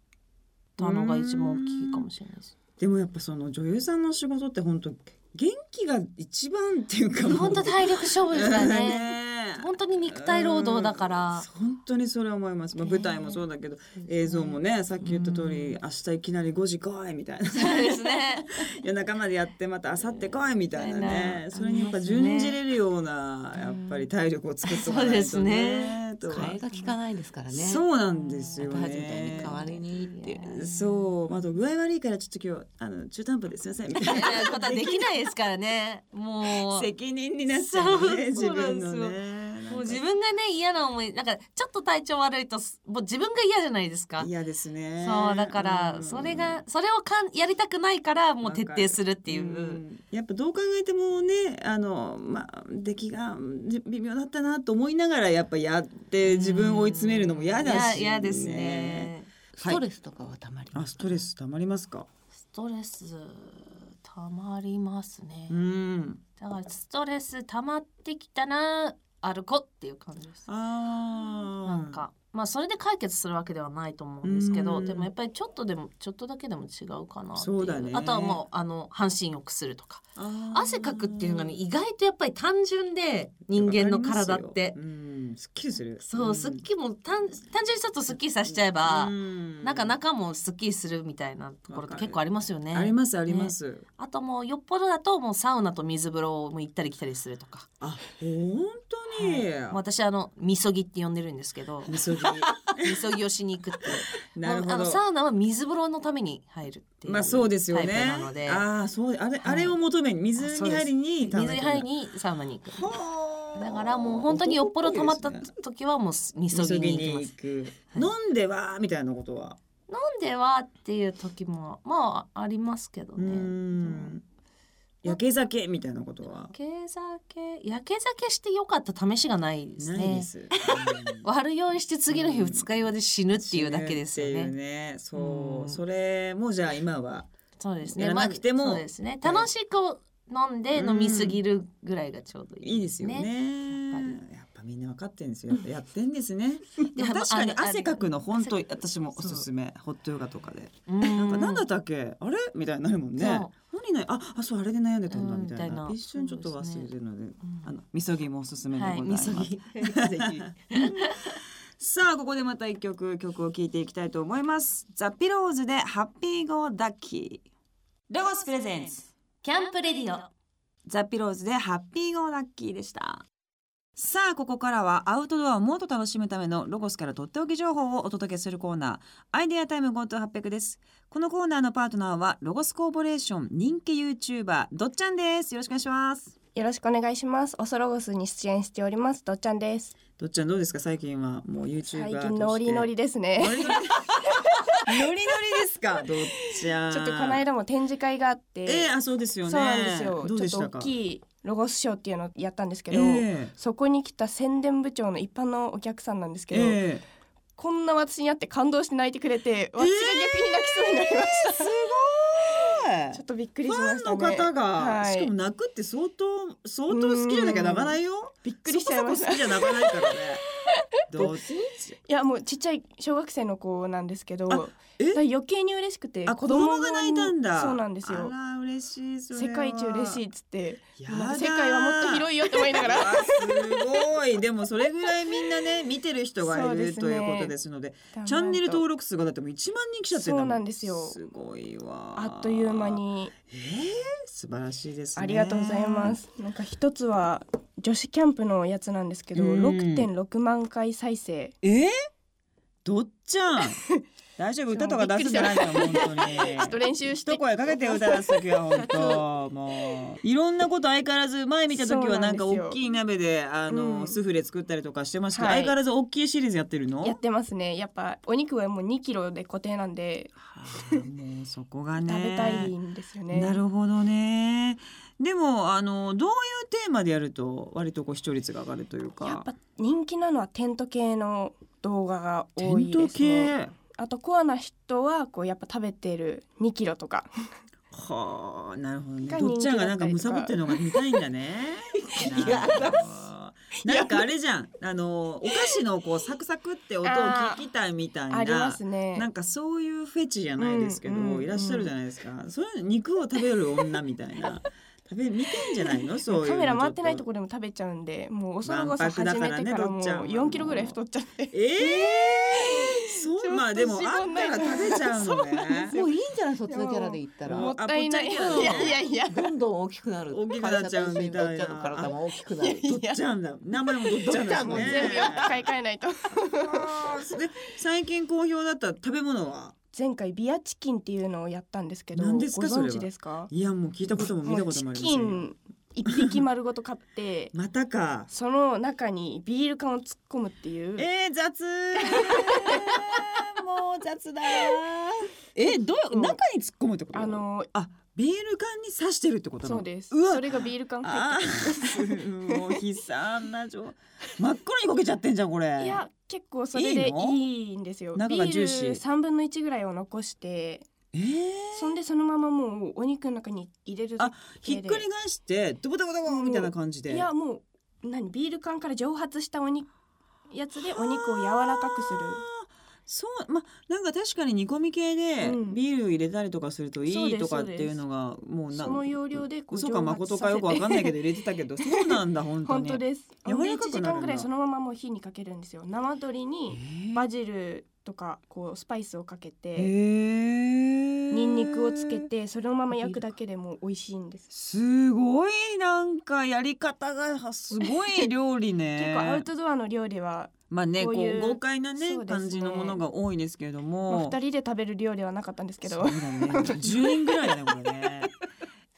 Speaker 2: たのが一番大きいかもしれないです。
Speaker 1: でもやっぱその女優さんの仕事って本当元気が一番っていうかもう
Speaker 2: 本当体力勝負ですからね。
Speaker 1: [LAUGHS] ね
Speaker 2: 本当に肉体労働だか
Speaker 1: うん
Speaker 2: ら。
Speaker 1: 本当にそれ思います、まあ、
Speaker 2: ね
Speaker 1: 舞台もそうだけど、映像も。ねさっき言った通り、
Speaker 2: うん
Speaker 1: 明日いきなり5時来いみたいな [LAUGHS]
Speaker 2: そうですね。
Speaker 1: 夜中までやってまた明後日来いみたいな
Speaker 2: みたい
Speaker 1: ね
Speaker 2: な
Speaker 1: それにやっぱ準じれるようなやっぱり体力を作っておかないと
Speaker 2: そうですね
Speaker 1: とは
Speaker 3: 替えが効かないですからね。
Speaker 1: そうなんです
Speaker 3: ア
Speaker 1: よ
Speaker 3: パートみたいに
Speaker 1: ね
Speaker 3: 代わりにっていう。
Speaker 1: そうあと具合悪いからちょっと今日あの中途半端ですいま
Speaker 2: [LAUGHS]
Speaker 1: せんみたい
Speaker 2: いやこと
Speaker 1: な
Speaker 2: はできないですからね。もう。
Speaker 1: 責任になっちゃう
Speaker 2: そう
Speaker 1: ね自分の
Speaker 2: そうなん
Speaker 1: ね
Speaker 2: もう自分がね嫌な思いなんかちょっと体調悪いとすもう自分が嫌じゃないですか
Speaker 1: 嫌ですね
Speaker 2: そうだから
Speaker 1: うん
Speaker 2: それがそれをかんやりたくないからもう徹
Speaker 1: わか
Speaker 2: 底
Speaker 1: る
Speaker 2: するっていう、
Speaker 1: んやっぱどう考えてもねあの、まあ、出来がじ微妙だったなと思いながらやっぱやって自分を追い詰めるのも嫌だし、
Speaker 2: いや嫌ですね
Speaker 1: はい
Speaker 3: ストレスとかはたまりま
Speaker 1: あ
Speaker 3: す
Speaker 1: ストレスたまりますか
Speaker 2: ストレスたまりますね、
Speaker 1: うん
Speaker 2: だからストレスたまってきたな歩こうっていう感じです
Speaker 1: あー
Speaker 2: なんかまあそれで解決するわけではないと思うんですけど、
Speaker 1: うん
Speaker 2: でもやっぱりちょっとでもちょっとだけでも違うかなってい
Speaker 1: そうだね
Speaker 2: あとはもうあの半身浴するとか
Speaker 1: あー
Speaker 2: 汗かくっていうのがね意外とやっぱり単純で人間の体って
Speaker 1: わかりますよ、うん、すっきりする
Speaker 2: そうすっきりも単単純にちょっとすっきりさせちゃえば、なんか中もすっきりするみたいなところって結構ありますよね
Speaker 1: ありますあります、
Speaker 2: あともうよっぽどだともうサウナと水風呂も行ったり来たりするとか、
Speaker 1: あ本当に、
Speaker 2: はい私あのみそぎって呼んでるんです
Speaker 1: [LAUGHS]
Speaker 2: けど
Speaker 1: み
Speaker 2: [LAUGHS]
Speaker 1: そぎ
Speaker 2: みそぎをしに行くっていう
Speaker 1: なるほ
Speaker 2: あの
Speaker 1: ど
Speaker 2: サウナは水風呂のために入るっていう
Speaker 1: まあそうですよ
Speaker 2: タイプ
Speaker 1: ね
Speaker 2: なので
Speaker 1: ああそうあれ、
Speaker 2: はい
Speaker 1: あれを求めに水に入りに行かな
Speaker 2: 水
Speaker 1: きゃ
Speaker 2: に
Speaker 1: いけない
Speaker 2: 入りにサウナに行く
Speaker 1: はあ
Speaker 2: だからもう本当によっぽど溜まった
Speaker 1: 男ぽいですね
Speaker 2: 時はもうみそぎに行きます
Speaker 1: 急ぎに行く飲んではみたいなことは、
Speaker 2: 飲んではっていう時もまあありますけど
Speaker 1: うー
Speaker 2: ね
Speaker 1: ん焼け酒みたいなことは
Speaker 2: 焼け酒焼け酒してよかった試しがないですね
Speaker 1: ないです、うん
Speaker 2: 悪酔いして次の日二日酔いで死ぬっていうだけですよ
Speaker 1: 死ぬってい
Speaker 2: ね
Speaker 1: う。ねそう、
Speaker 2: うん
Speaker 1: それもじゃあ今は
Speaker 2: そうですね。
Speaker 1: やらなくても
Speaker 2: まあそうですね。楽しく飲んで飲みすぎるぐらいがちょうどい
Speaker 1: いい
Speaker 2: い
Speaker 1: で
Speaker 2: ですす
Speaker 1: よ
Speaker 2: ね。
Speaker 1: ね。やっぱみんな分かってんですよ。やっぱやってんです
Speaker 2: [LAUGHS]
Speaker 1: ね。でも
Speaker 2: いや
Speaker 1: 確かに
Speaker 2: あのあの
Speaker 1: 汗かくの本当
Speaker 2: 汗
Speaker 1: 私もおすすめ。ホットヨガとかで。
Speaker 2: うん
Speaker 1: なんか何だったっけあれみたいになるもんね。
Speaker 2: そう
Speaker 1: 何ないああそうあれで悩んでたんだ
Speaker 2: うん
Speaker 1: みたい
Speaker 2: みた。
Speaker 1: ない
Speaker 2: な
Speaker 1: 一瞬ちょっと忘れるので、
Speaker 2: うん
Speaker 1: あのみそぎもおすすめでござ
Speaker 2: はいい、
Speaker 1: ま
Speaker 2: み
Speaker 1: す。
Speaker 2: そぎ。 [LAUGHS]
Speaker 1: さあここでまた一曲曲を聴いていきたいと思います。ザピローズでハッピーゴーダッキー。ロゴスプレゼンツ。
Speaker 2: キャンプレディオ。
Speaker 1: ザ・ピローズでハッピーゴーラッキーでしたさあここからはアウトドアをもっと楽しむためのロゴスからとっておき情報をお届けするコーナーアイデアタイム GoTo800 ですこのコーナーのパートナーはロゴスコーポレーション人気 YouTuber どっちゃんですよろしくお願いします
Speaker 4: よろしくお願いします。オソロゴスに出演しております。どっちゃんです。
Speaker 1: どっちゃんどうですか最近はもう YouTuber として
Speaker 4: 最近ノリノリです
Speaker 1: ノ
Speaker 4: ね。
Speaker 1: リノリノリノリですかどっちゃん
Speaker 4: [LAUGHS] ちょっとこの間も展示会があって、
Speaker 1: えー、あそうですよね
Speaker 4: そうなんですよ。
Speaker 1: どうで
Speaker 4: ち
Speaker 1: し
Speaker 4: ょ
Speaker 1: た
Speaker 4: っと
Speaker 1: か
Speaker 4: 大きいロゴスショーっていうのをやったんですけど、
Speaker 1: え
Speaker 4: そこに来た宣伝部長の一般のお客さんなんです
Speaker 1: ー
Speaker 4: [LAUGHS] けど、
Speaker 1: えー
Speaker 4: こんな私に会って感動して泣いてくれて、私が逆に泣きそうになりました。
Speaker 1: すごい [LAUGHS]
Speaker 4: ちょっとびっくりし
Speaker 1: フ
Speaker 4: ま
Speaker 1: ァ
Speaker 4: し
Speaker 1: ン
Speaker 4: た
Speaker 1: の
Speaker 4: ね。
Speaker 1: 方が、
Speaker 4: はい
Speaker 1: しかも泣くって相当相当好きじゃなきゃ泣かないよ。
Speaker 4: びっくりしちゃいまし
Speaker 1: そ
Speaker 4: た。
Speaker 1: こそこ好き
Speaker 4: い
Speaker 1: じゃ泣かない
Speaker 4: [LAUGHS]
Speaker 1: からね。どうし
Speaker 4: やもうちっちゃい小学生の子なんですけど、だ
Speaker 1: あ
Speaker 4: から
Speaker 1: え
Speaker 4: 余計に嬉しくて、
Speaker 1: あ子供が泣いたんだ。
Speaker 4: そうなんですよ。
Speaker 1: あら嬉しいそれ
Speaker 4: 世界一嬉しい
Speaker 1: い。
Speaker 4: っつって
Speaker 1: や
Speaker 4: なん
Speaker 1: だ
Speaker 4: か世界はもっと広いよって思いながら
Speaker 1: わすごいでもそれぐらいみんなね見てる人が
Speaker 4: そう
Speaker 1: い
Speaker 4: で
Speaker 1: る
Speaker 4: すね
Speaker 1: ということです
Speaker 4: [LAUGHS]
Speaker 1: ので [LAUGHS] チャンネル登録数がだってもう1万人来ちゃってるんだも
Speaker 4: そうなんですよ
Speaker 1: すごいわ
Speaker 4: あっという間に
Speaker 1: えー、素晴らしいですね
Speaker 4: ありがとうございますなんか一つは女子キャンプのやつなんですけど
Speaker 1: うん
Speaker 4: 6.6万回再生
Speaker 1: えー、どっちゃん大丈夫歌とか出すんじゃないの本当に
Speaker 4: ちょっ [LAUGHS] と練習して
Speaker 1: 一声かけて歌出す時は本当もういろんなこと相変わらず前見た時はなんか
Speaker 4: そうな
Speaker 1: 大
Speaker 4: んですよ
Speaker 1: きい鍋であの、
Speaker 4: うん
Speaker 1: スフレ作ったりとかしてましたけど、
Speaker 4: はい
Speaker 1: 相変わらず大きいシリーズやってるの
Speaker 4: やってますねやっぱお肉はもう2キロで固定なんで
Speaker 1: はあもうそこがね
Speaker 4: 食べたいんですよね
Speaker 1: なるほどねでもあのどういうテーマでやると割とこう視聴率が上がるというか
Speaker 4: やっぱ人気なのはテント系の動画が
Speaker 1: テ
Speaker 4: 多い
Speaker 1: ン
Speaker 4: で
Speaker 1: ト
Speaker 4: すね
Speaker 1: 系
Speaker 4: あとコアな人はこうやっぱ食べてる2キロとか
Speaker 1: はあ、なるほどね。
Speaker 4: が
Speaker 1: どっちゃんがなんかむ
Speaker 4: 人気
Speaker 1: さ
Speaker 4: だ
Speaker 1: ぼ
Speaker 4: ったりとか
Speaker 1: ってるのが見たいんだ
Speaker 4: [LAUGHS]
Speaker 1: ね。なるほどなんかあれじゃん、あのお菓子のこうサクサクって音を聞きたいみたい
Speaker 4: ありま
Speaker 1: な
Speaker 4: す。ね
Speaker 1: なんかそういうフェチじゃないですけど、
Speaker 4: うんうんうん
Speaker 1: いらっしゃるじゃないですか。そういう肉を食べる女みたい
Speaker 4: [LAUGHS]
Speaker 1: な。食べ見てんじゃないのそういうの
Speaker 4: カメラ回ってないと
Speaker 1: こ。
Speaker 4: こでも食べちゃうんでもうおそろご
Speaker 1: わ
Speaker 4: さ
Speaker 1: んぱくだ
Speaker 4: 始
Speaker 1: からね
Speaker 4: めてから
Speaker 1: ど
Speaker 4: も
Speaker 1: っ
Speaker 4: う
Speaker 1: ちゃんは
Speaker 4: 4キロぐらい太っちゃって
Speaker 1: ええそ
Speaker 4: ちょっ
Speaker 1: う
Speaker 4: と
Speaker 1: まあでもあったら食べちゃうの
Speaker 4: [LAUGHS]
Speaker 1: ね。
Speaker 3: [LAUGHS] もういいんじゃないそっちのキャラで言ったら
Speaker 4: も
Speaker 1: も
Speaker 4: ったいない
Speaker 1: あ
Speaker 4: い
Speaker 1: ぽっちゃりだ
Speaker 4: やいやいや
Speaker 3: どんどん大きくなる
Speaker 1: 大きくなっちゃうみたいな
Speaker 3: 体と一緒にどっちゃんの体も大きくなる
Speaker 1: どっちゃんだ。名前もどっちゃんだ
Speaker 4: も
Speaker 1: も
Speaker 4: うん全部
Speaker 1: ね。
Speaker 4: 買い替えないと [LAUGHS]
Speaker 1: で最近好評だった食べ物は
Speaker 4: 前回ビアチキンっていうのをやったんですけど
Speaker 1: 何ですか
Speaker 4: ご
Speaker 1: それは
Speaker 4: 存知ですか
Speaker 1: いやもう聞いたことも見たことも
Speaker 4: う
Speaker 1: あり
Speaker 4: チ
Speaker 1: ませ
Speaker 4: キ
Speaker 1: んよ
Speaker 4: ン一匹丸ごと買って
Speaker 1: またか
Speaker 4: その中にビール缶を突っ込むっていう
Speaker 1: えー、
Speaker 4: [LAUGHS]
Speaker 1: 雑もう雑だえどう
Speaker 4: そう
Speaker 1: 中に突っ込むってこと
Speaker 4: あの
Speaker 1: あビール缶に刺してるってことなの
Speaker 4: そうです
Speaker 1: うわ
Speaker 4: それがビール缶入っ
Speaker 1: あーもう悲惨な状真っ黒に焦げちゃってんじゃんこれ
Speaker 4: ていや結構それ
Speaker 1: いい
Speaker 4: で
Speaker 1: の
Speaker 4: いいんですよ
Speaker 1: 中が
Speaker 4: ビ
Speaker 1: ジューシ
Speaker 4: ー
Speaker 1: ー
Speaker 4: ル三分の一ぐらいを残して
Speaker 1: えー、
Speaker 4: そんでそのままもうお肉の中に入れるだ
Speaker 1: ひっくり返してドボドボドボみたいな感じ
Speaker 4: け
Speaker 1: で
Speaker 4: いやもう何ビール缶から蒸発したお肉やつでお肉を柔らかくする
Speaker 1: そうまあなんか確かに煮込み系で
Speaker 4: うん
Speaker 1: ビール入れたりとかすると
Speaker 4: そう
Speaker 1: い
Speaker 4: で
Speaker 1: い
Speaker 4: す
Speaker 1: とかっていうのがもうな
Speaker 4: その要領でこう
Speaker 1: 嘘か誠かよく
Speaker 4: 蒸
Speaker 1: わ
Speaker 4: 発さ
Speaker 1: かん
Speaker 4: [LAUGHS]
Speaker 1: ないけど入れてたけどそうなんだ本
Speaker 4: せて
Speaker 1: 当
Speaker 4: 本
Speaker 1: に
Speaker 4: 当です
Speaker 1: 柔らかくなるんだ
Speaker 4: 1時間ぐらいそのままもう火にかけるんですよ生鶏
Speaker 1: え
Speaker 4: に
Speaker 1: ー
Speaker 4: バジルとかこうスパイスをかけ
Speaker 1: へ
Speaker 4: て
Speaker 1: ー
Speaker 4: ニンニクをつけてそれをまま焼くだけでもう美味しいんです
Speaker 1: すごいなんかやり方がすごい料理ね
Speaker 4: [LAUGHS] 結構アウトドアの料理は、
Speaker 1: まあねこ
Speaker 4: こ
Speaker 1: う
Speaker 4: ういう
Speaker 1: 豪快なね
Speaker 4: そうですね
Speaker 1: 感じのものが多いですけれど
Speaker 4: まあ、
Speaker 1: も
Speaker 4: 2人で食べる量ではなかったんですけど
Speaker 1: そうだね10人
Speaker 4: [LAUGHS]
Speaker 1: ぐらいだねこれね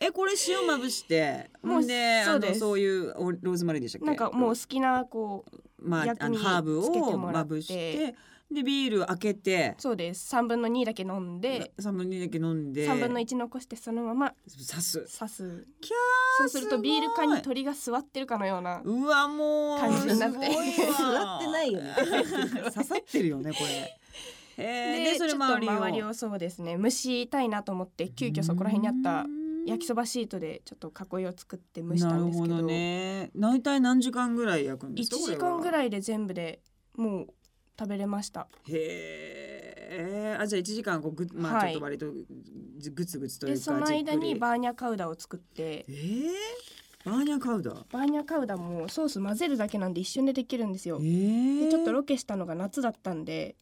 Speaker 1: えこれ塩まぶして
Speaker 4: もうん
Speaker 1: で
Speaker 4: そう
Speaker 1: あ
Speaker 4: で
Speaker 1: の
Speaker 4: す
Speaker 1: そういうおローズマリーでしたっけ
Speaker 4: なんかもう好きなこう
Speaker 1: まあ、あ
Speaker 4: 薬
Speaker 1: の
Speaker 4: 味
Speaker 1: ハーブ
Speaker 4: つけて
Speaker 1: を
Speaker 4: もらって
Speaker 1: まぶしてでビール開けて
Speaker 4: そうです3分の2だけ飲んで
Speaker 1: 3分の2だけ飲んで
Speaker 4: 3分の1残してそのまま
Speaker 1: 刺す
Speaker 4: 刺す
Speaker 1: キャー
Speaker 4: そうするとビール缶
Speaker 1: す
Speaker 4: に
Speaker 1: ごい
Speaker 4: 鳥が座ってるかのような
Speaker 1: うわもう
Speaker 4: 感じになっ
Speaker 1: す
Speaker 4: て
Speaker 1: ごいわ
Speaker 3: 座ってないよね
Speaker 1: 刺さってるよねこれへー
Speaker 4: でちょっと
Speaker 1: 周りを
Speaker 4: 周りをそうですね蒸したいなと思って急遽そこら辺にあった焼き
Speaker 1: そ
Speaker 4: そばシートでちょっと囲いを作って蒸したんですけ
Speaker 1: な
Speaker 4: ど
Speaker 1: るほどね大体何時間ぐらい焼くんで
Speaker 4: 1
Speaker 1: すか
Speaker 4: 時間ぐ
Speaker 1: い
Speaker 4: らいで全部でもう食べれました
Speaker 1: へーあじゃあ1時間こうぐまあ
Speaker 4: は
Speaker 1: ちょ
Speaker 4: い
Speaker 1: っと割とぐぐつぐつという
Speaker 4: で
Speaker 1: か
Speaker 4: その間
Speaker 1: じっく
Speaker 4: に
Speaker 1: り
Speaker 4: バーニャカウダを作って
Speaker 1: えー、バーニャカウダー
Speaker 4: バーニャカウダもソース混ぜるだけなんで一瞬でできるんですよ
Speaker 1: えー、
Speaker 4: でちょっとロケしたのが夏だったんで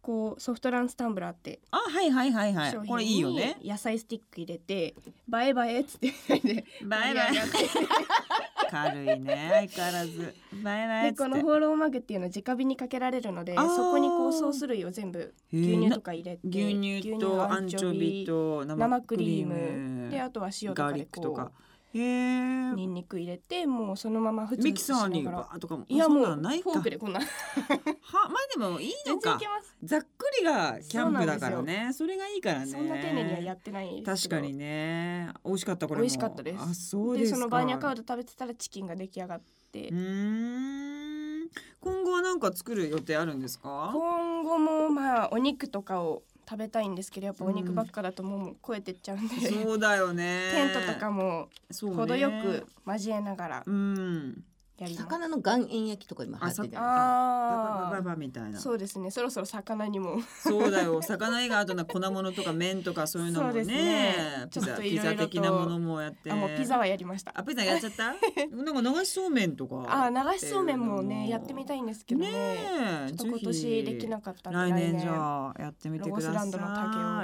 Speaker 4: こうソフトランスタンブラーって
Speaker 1: あはいはいはいはい
Speaker 4: 商
Speaker 1: これいい
Speaker 4: 品
Speaker 1: よ
Speaker 4: に
Speaker 1: ね
Speaker 4: 野菜スティック入れて「映え映え」っつって2人で
Speaker 1: バイバイ
Speaker 4: 盛り上がって
Speaker 1: 軽いね相変わらずバイバイっ
Speaker 4: で
Speaker 1: つ
Speaker 4: こ
Speaker 1: っ
Speaker 4: の
Speaker 1: て
Speaker 4: ホーローマグっていうのは直火にかけられるので
Speaker 1: あー
Speaker 4: そこにこうソース類を全部
Speaker 1: へ
Speaker 4: 牛
Speaker 1: ー
Speaker 4: 乳
Speaker 1: な
Speaker 4: とか入れて
Speaker 1: 牛乳とアンチョビと
Speaker 4: 生
Speaker 1: 生
Speaker 4: ク
Speaker 1: ク
Speaker 4: リ
Speaker 1: リ
Speaker 4: ー
Speaker 1: ー
Speaker 4: ム
Speaker 1: ム
Speaker 4: であとは塩と
Speaker 1: ガ
Speaker 4: か
Speaker 1: ーリ
Speaker 4: で
Speaker 1: ックと
Speaker 4: こ
Speaker 1: かへえ
Speaker 4: うニンニク入れてもうそのまま普通
Speaker 1: ミキサーに
Speaker 4: しながら
Speaker 1: バーとかも
Speaker 4: いやもう
Speaker 1: そんなんない
Speaker 4: フ
Speaker 1: か
Speaker 4: ォークでこんな
Speaker 1: はまあでもいいの
Speaker 4: 全然い
Speaker 1: か
Speaker 4: けます
Speaker 1: ざっくりがキャンプだから
Speaker 4: そうなん
Speaker 1: ねそれがいいからね
Speaker 4: そんな丁寧にはやってないで
Speaker 1: 確
Speaker 4: すけど
Speaker 1: かにね美味しかったこれも
Speaker 4: 美味しかったです
Speaker 1: あそう
Speaker 4: で
Speaker 1: ですか
Speaker 4: そのバーニャカウ
Speaker 1: ダ
Speaker 4: ダ食べてたらチキンが出来上がって
Speaker 1: うーん今後はなんか作る予定あるんですか
Speaker 4: 今後もまあお肉とかを食べたいんですけどやっぱお肉ばっかだともう超えてっちゃうんで、
Speaker 1: そうだよね
Speaker 4: テントとかも
Speaker 1: そうね
Speaker 4: 程よく交えながら
Speaker 1: うん
Speaker 4: やります、
Speaker 3: 魚の岩塩焼きとか今流行ってるじゃない
Speaker 1: バババ
Speaker 4: あ
Speaker 1: バ
Speaker 4: あ
Speaker 1: バみたいな
Speaker 4: そうですねそろそろ魚にも
Speaker 1: そうだよ魚以外あとな粉物とか麺とかそういうのも
Speaker 4: そう
Speaker 1: ね
Speaker 4: ですね
Speaker 1: ピザ
Speaker 4: ちょっと
Speaker 1: ピ
Speaker 4: 色々
Speaker 1: ザ
Speaker 4: と
Speaker 1: 的なものもやって
Speaker 4: あもうピザはやりました
Speaker 1: あピザやっちゃった
Speaker 4: [LAUGHS]
Speaker 1: なんか流しそうめんとか
Speaker 4: あー流しそうめんも
Speaker 1: っていうのも
Speaker 4: ねやってみたいんですけどね
Speaker 1: ねえ
Speaker 4: ちょっと今年できな
Speaker 1: く
Speaker 4: かったんで
Speaker 1: 来年じゃあやってみて
Speaker 4: ロ
Speaker 1: く
Speaker 4: ゴ
Speaker 1: ださ
Speaker 4: ス
Speaker 1: い
Speaker 4: ランドの竹を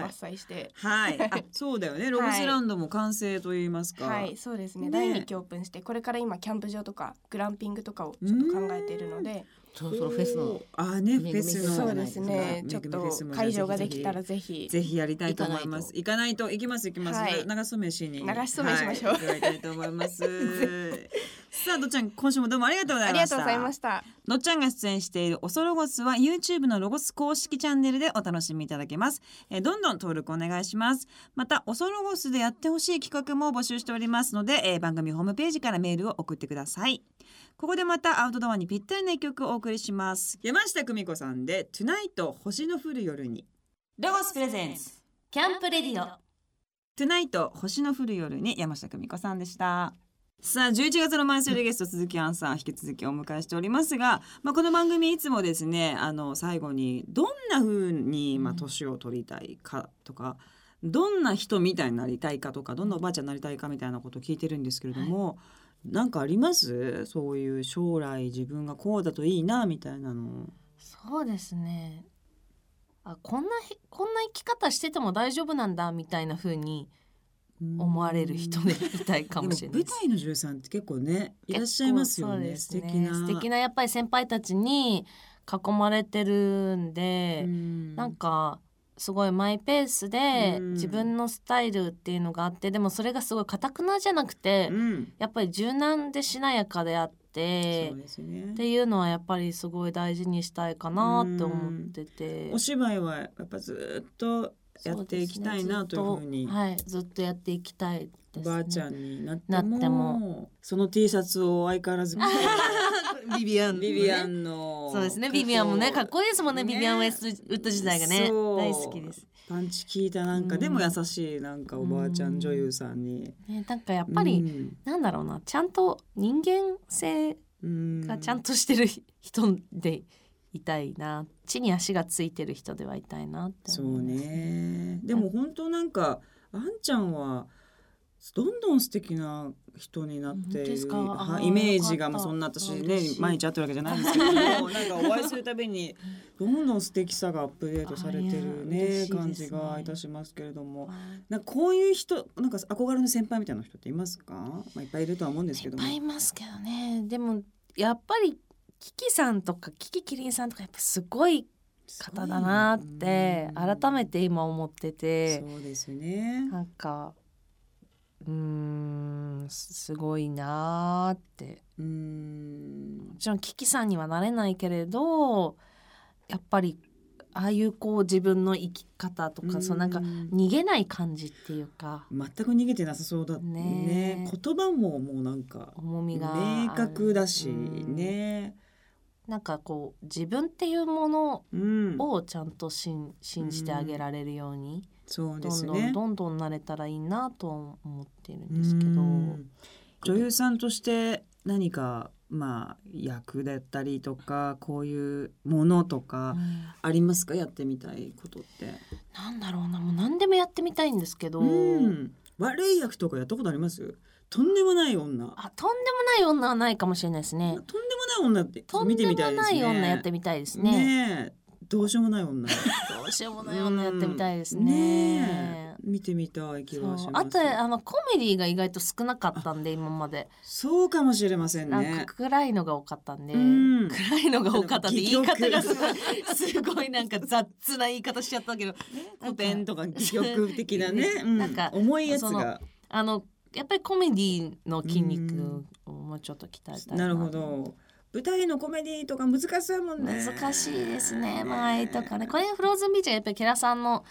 Speaker 4: 伐採して
Speaker 1: はいあそうだよ
Speaker 4: [LAUGHS]
Speaker 1: ねロゴスランドも完成と言いますか、
Speaker 4: はいそうですね
Speaker 1: ね
Speaker 4: 第二期オープンしてこれから今キャンプ場とかグランピングとかをちょっと考えているので
Speaker 3: そろそろフェスの
Speaker 1: あねフ
Speaker 3: めぐ
Speaker 1: ェ
Speaker 3: み
Speaker 1: スの
Speaker 4: そ
Speaker 3: そうう
Speaker 4: で
Speaker 3: ですす
Speaker 4: ね
Speaker 3: ね
Speaker 4: ちょっ
Speaker 1: めぐみフェ
Speaker 4: と
Speaker 1: スもじゃあ
Speaker 4: 会場ができたら
Speaker 1: ぜ
Speaker 4: ぜひ
Speaker 1: ひぜひやりたいと思います行かないと行きます行きます、
Speaker 4: はい
Speaker 1: 流しそうめんしに
Speaker 4: 流しそうめんしましょう
Speaker 1: は
Speaker 4: [LAUGHS]
Speaker 1: い、伺いたいと思いますさあどっちゃん今週もどうもありがとうござ
Speaker 4: あ
Speaker 1: い
Speaker 4: り
Speaker 1: ま
Speaker 4: が
Speaker 1: した
Speaker 4: とうございました
Speaker 1: のっちゃんが出演している「おそロゴス」は YouTube のロゴス公式チャンネルでお楽しみいただけます。えーどんどん登録お願いします。また「おそロゴス」でやってほしい企画も募集しておりますので、えー番組ホームページからメールを送ってください。ここでまたアウトドアにぴったりな一曲をお送りします。山下久美子さんで「トゥナイト星の降る夜に」。ロゴスプレゼンス
Speaker 2: キャンプレディオ
Speaker 1: トゥナイト星の降る夜に山下久美子さんでした。さあ11月のマンスリーゲスト鈴木杏さん引き続きお迎えしておりますが、まあ、この番組いつもですねあの最後にどんな風にまあ年を取りたいかとか、どんな人みたいになりたいかとかどんなおばあちゃんになりたいかみたいなことを聞いてるんですけれども、なんかありますそういう将来自分がこうだといいなみたいなの。
Speaker 2: そうですねあこんなひこんな生き方してても大丈夫なんだみたいな風に思われる人でいたいかもしれない
Speaker 1: でも舞台の女優さんって結構ねいらっしゃいますよね
Speaker 2: 結構そ
Speaker 1: 素
Speaker 2: うです
Speaker 1: 敵な
Speaker 2: 素敵なやっぱり先輩たちに囲まれてるん
Speaker 1: う
Speaker 2: で、
Speaker 1: ん
Speaker 2: なんかすごいマイペースで
Speaker 1: うん
Speaker 2: 自分のスタイルっていうのがあってでもそれがすごい堅くなじゃなくて
Speaker 1: うん。
Speaker 2: やっぱり柔軟でしなやかであって
Speaker 1: そうですね
Speaker 2: っ。ていうのはやっぱりすごい大事にしたいかなって思ってて
Speaker 1: お芝居はやっぱずっとやっていきたいなというふうに
Speaker 2: そですねずっとはいずっとやっていきたい
Speaker 1: お
Speaker 2: です、ね、
Speaker 1: ばあちゃ
Speaker 2: ん
Speaker 1: んになって
Speaker 2: な
Speaker 1: も
Speaker 2: っても
Speaker 1: その T シャツを相変わらず
Speaker 2: [LAUGHS]
Speaker 3: ビビアン
Speaker 1: ビビアンの
Speaker 2: そうですねビビアンもねかっこいいですもんね
Speaker 1: ね
Speaker 2: ビビアン・ウェスウッド時代がね
Speaker 1: そう
Speaker 2: 大好きです、
Speaker 1: パンチ効いたなんか、
Speaker 2: うん
Speaker 1: でも優しいなんかおばあちゃ
Speaker 2: うんん
Speaker 1: 女優さんに、
Speaker 2: ね、なんかやっぱり、なんだろうなちゃんと人間性
Speaker 1: うん、
Speaker 2: がちゃんとしてる人でいたいな地に足がついてる人ではいたいなって
Speaker 1: そ
Speaker 2: 思
Speaker 1: う
Speaker 2: います
Speaker 1: ねでも本当なんかあんちゃんはどんどん素敵な人になって
Speaker 2: 本当ですか
Speaker 1: は
Speaker 2: あー
Speaker 1: イメージが
Speaker 2: よかった
Speaker 1: もうそんな私ね
Speaker 2: 嬉しい
Speaker 1: 毎日会ってるわけじゃないんですけ
Speaker 2: [LAUGHS]
Speaker 1: どもうなんかお会いするたびにどんどん素敵さがアップデートされてる
Speaker 2: あーいや
Speaker 1: ね
Speaker 2: 嬉しいですね
Speaker 1: 感じがいたしますけれども
Speaker 2: わあ
Speaker 1: なんかこういう人なんか憧れの先輩みたいな人っていますか、まあ、いっぱいいるとは思うんです
Speaker 2: い
Speaker 1: け
Speaker 2: っ
Speaker 1: ども
Speaker 2: ぱいいますけどねでもやっぱりキキさんとかキキキリンさんとかやっぱすごい方だなって改めて今思ってて
Speaker 1: そうですね
Speaker 2: なんかうーんすすごいなーって
Speaker 1: うーん
Speaker 2: もちろんキキさんにはなれないけれどやっぱりああいうこう自分の生き方とかそうなんか逃げない感じっていうか
Speaker 1: 全く逃げてなさそうだね
Speaker 2: ねえ
Speaker 1: 言葉ももうなんか
Speaker 2: 重みがある
Speaker 1: 明確だし
Speaker 2: うん
Speaker 1: ね
Speaker 2: なんかこう自分っていうもの
Speaker 1: うん
Speaker 2: をちゃんと信信じてあげられるように、
Speaker 1: そうで
Speaker 2: ど
Speaker 1: す
Speaker 2: んどん
Speaker 1: ね
Speaker 2: どんどん慣れたらいいなとは思ってるんですけど、
Speaker 1: うん女優さんとして何かまあ役だったりとかこういうものと
Speaker 2: う
Speaker 1: か
Speaker 2: ん
Speaker 1: ありますかやってみたいことって
Speaker 2: なんだろうなもう何でもやってみたいんですけど、
Speaker 1: うん悪い役とかやったことありますとんでもない女
Speaker 2: あとんでもない女はないかもしれないですね。
Speaker 1: とんでもない女って
Speaker 2: とん
Speaker 1: 見て
Speaker 2: でも
Speaker 1: みたいで
Speaker 2: な
Speaker 1: すね
Speaker 2: い女やってみたいですね。
Speaker 1: ねえどうしようもない女
Speaker 2: どうしようもない女やってみたいですね。
Speaker 1: え見てみたい気
Speaker 2: そ
Speaker 1: が
Speaker 2: う
Speaker 1: します
Speaker 2: あとあのコメディが意外と少なかったんで今まで、
Speaker 1: そうかもしれません
Speaker 2: なん
Speaker 1: ね
Speaker 2: か暗いのが多かったんで、
Speaker 1: うん
Speaker 2: 暗いのが多かったって言い
Speaker 1: なんか
Speaker 2: 方
Speaker 1: 戯曲
Speaker 2: がすごいす [LAUGHS] ごいなんか雑な言い方しちゃったけど、
Speaker 1: 古典とか戯曲的なね
Speaker 2: [LAUGHS] なんか
Speaker 1: うん重いやつ
Speaker 2: そ
Speaker 1: が
Speaker 2: のあのやっぱりコメディの筋肉をもうちょっと鍛えたい
Speaker 1: なるほど舞台のコメディとか難しそうやもんね
Speaker 2: 難しいですね前とかねこれフローズンビーチはやっぱりケラさんの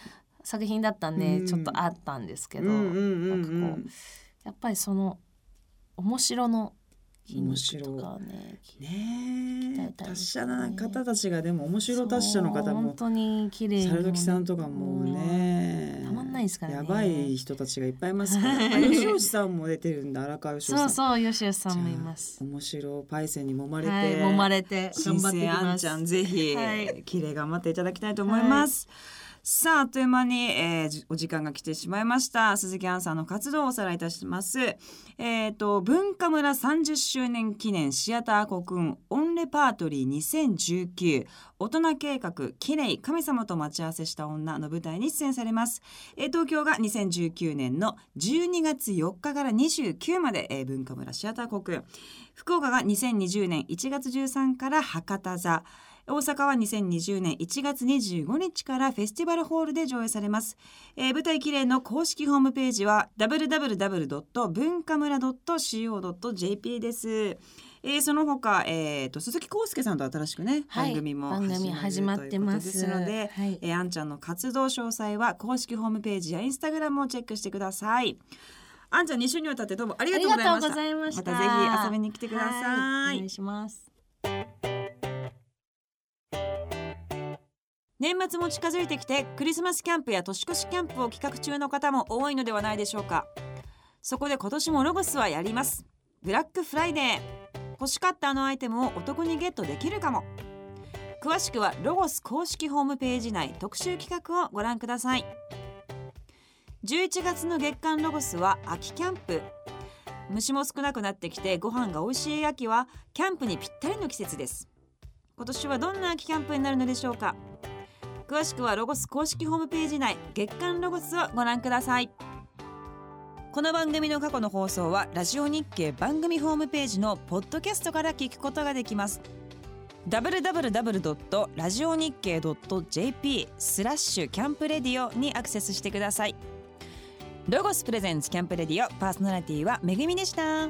Speaker 2: 作品だったんで、
Speaker 1: うん
Speaker 2: ちょっとあったんですけ
Speaker 1: け
Speaker 2: ど、
Speaker 1: うんうんうんう
Speaker 2: なんかこ
Speaker 1: ん
Speaker 2: やっぱりその面白の筋
Speaker 1: 面
Speaker 2: 肉
Speaker 1: 白
Speaker 2: とかはね鍛え
Speaker 1: ねえ
Speaker 2: たいで
Speaker 1: 達
Speaker 2: すね
Speaker 1: 者な方たちがでも面白達者の
Speaker 2: そ
Speaker 1: 方
Speaker 2: う本
Speaker 1: も
Speaker 2: 当に綺麗に
Speaker 1: 猿時さんとかもね
Speaker 2: うんたまんないですからね
Speaker 1: やばい人たちがいっぱいいますからあ吉吉さんも出てるんだ荒川吉吉
Speaker 2: そ
Speaker 1: さ
Speaker 2: うんそうよしよしさんもいます
Speaker 1: 面白パイセンに揉まれて、
Speaker 2: はい揉まれて頑
Speaker 1: 新
Speaker 2: 張ってき
Speaker 1: 生あ
Speaker 2: ま
Speaker 1: んち
Speaker 2: す
Speaker 1: ゃんぜひ、
Speaker 2: はい
Speaker 1: 綺麗頑張っていただきたいと思います、さああっという間に、えーじお時間が来てしまいました鈴木杏さんの活動をおさらいいたしますえっ、と文化村30周年記念シアターコクーンオンレパートリー2019大人計画綺麗神様と待ち合わせした女の舞台に出演されます、えー東京が2019年の12月4日から29まで、えー文化村シアターコクーン福岡が2020年1月13から博多座大阪は2020年1月25日からフェスティバルホールで上映されます、えー舞台綺麗の公式ホームページは www. 文化村 .co.jp です、えーその他、えー、と鈴木康介さんと新しくね、
Speaker 2: はい
Speaker 1: 番組も
Speaker 2: 番組始まってます
Speaker 1: 始まるということですので、
Speaker 2: はい
Speaker 1: えーあんちゃんの活動詳細は公式ホームページやインスタグラムをチェックしてくださいあんちゃん2週にわたってどうもありがとうございました
Speaker 2: いま
Speaker 1: またぜひ遊びに来てください
Speaker 2: はお願いします。
Speaker 1: 年末も近づいてきてクリスマスキャンプや年越しキャンプを企画中の方も多いのではないでしょうかそこで今年もロゴスはやりますブラックフライデー欲しかったあのアイテムをお得にゲットできるかも詳しくはロゴス公式ホームページ内特集企画をご覧ください11月の月間ロゴスは秋キャンプ虫も少なくなってきてご飯が美味しい秋はキャンプにぴったりの季節です今年はどんな秋キャンプになるのでしょうか詳しくはロゴス公式ホームページ内月刊ロゴスをご覧くださいこの番組の過去の放送はラジオ日経番組ホームページのポッドキャストから聞くことができます www.radionickei.jp スラッシュキャンプレディオにアクセスしてくださいロゴスプレゼンツキャンプレディオパーソナリティはめぐみでした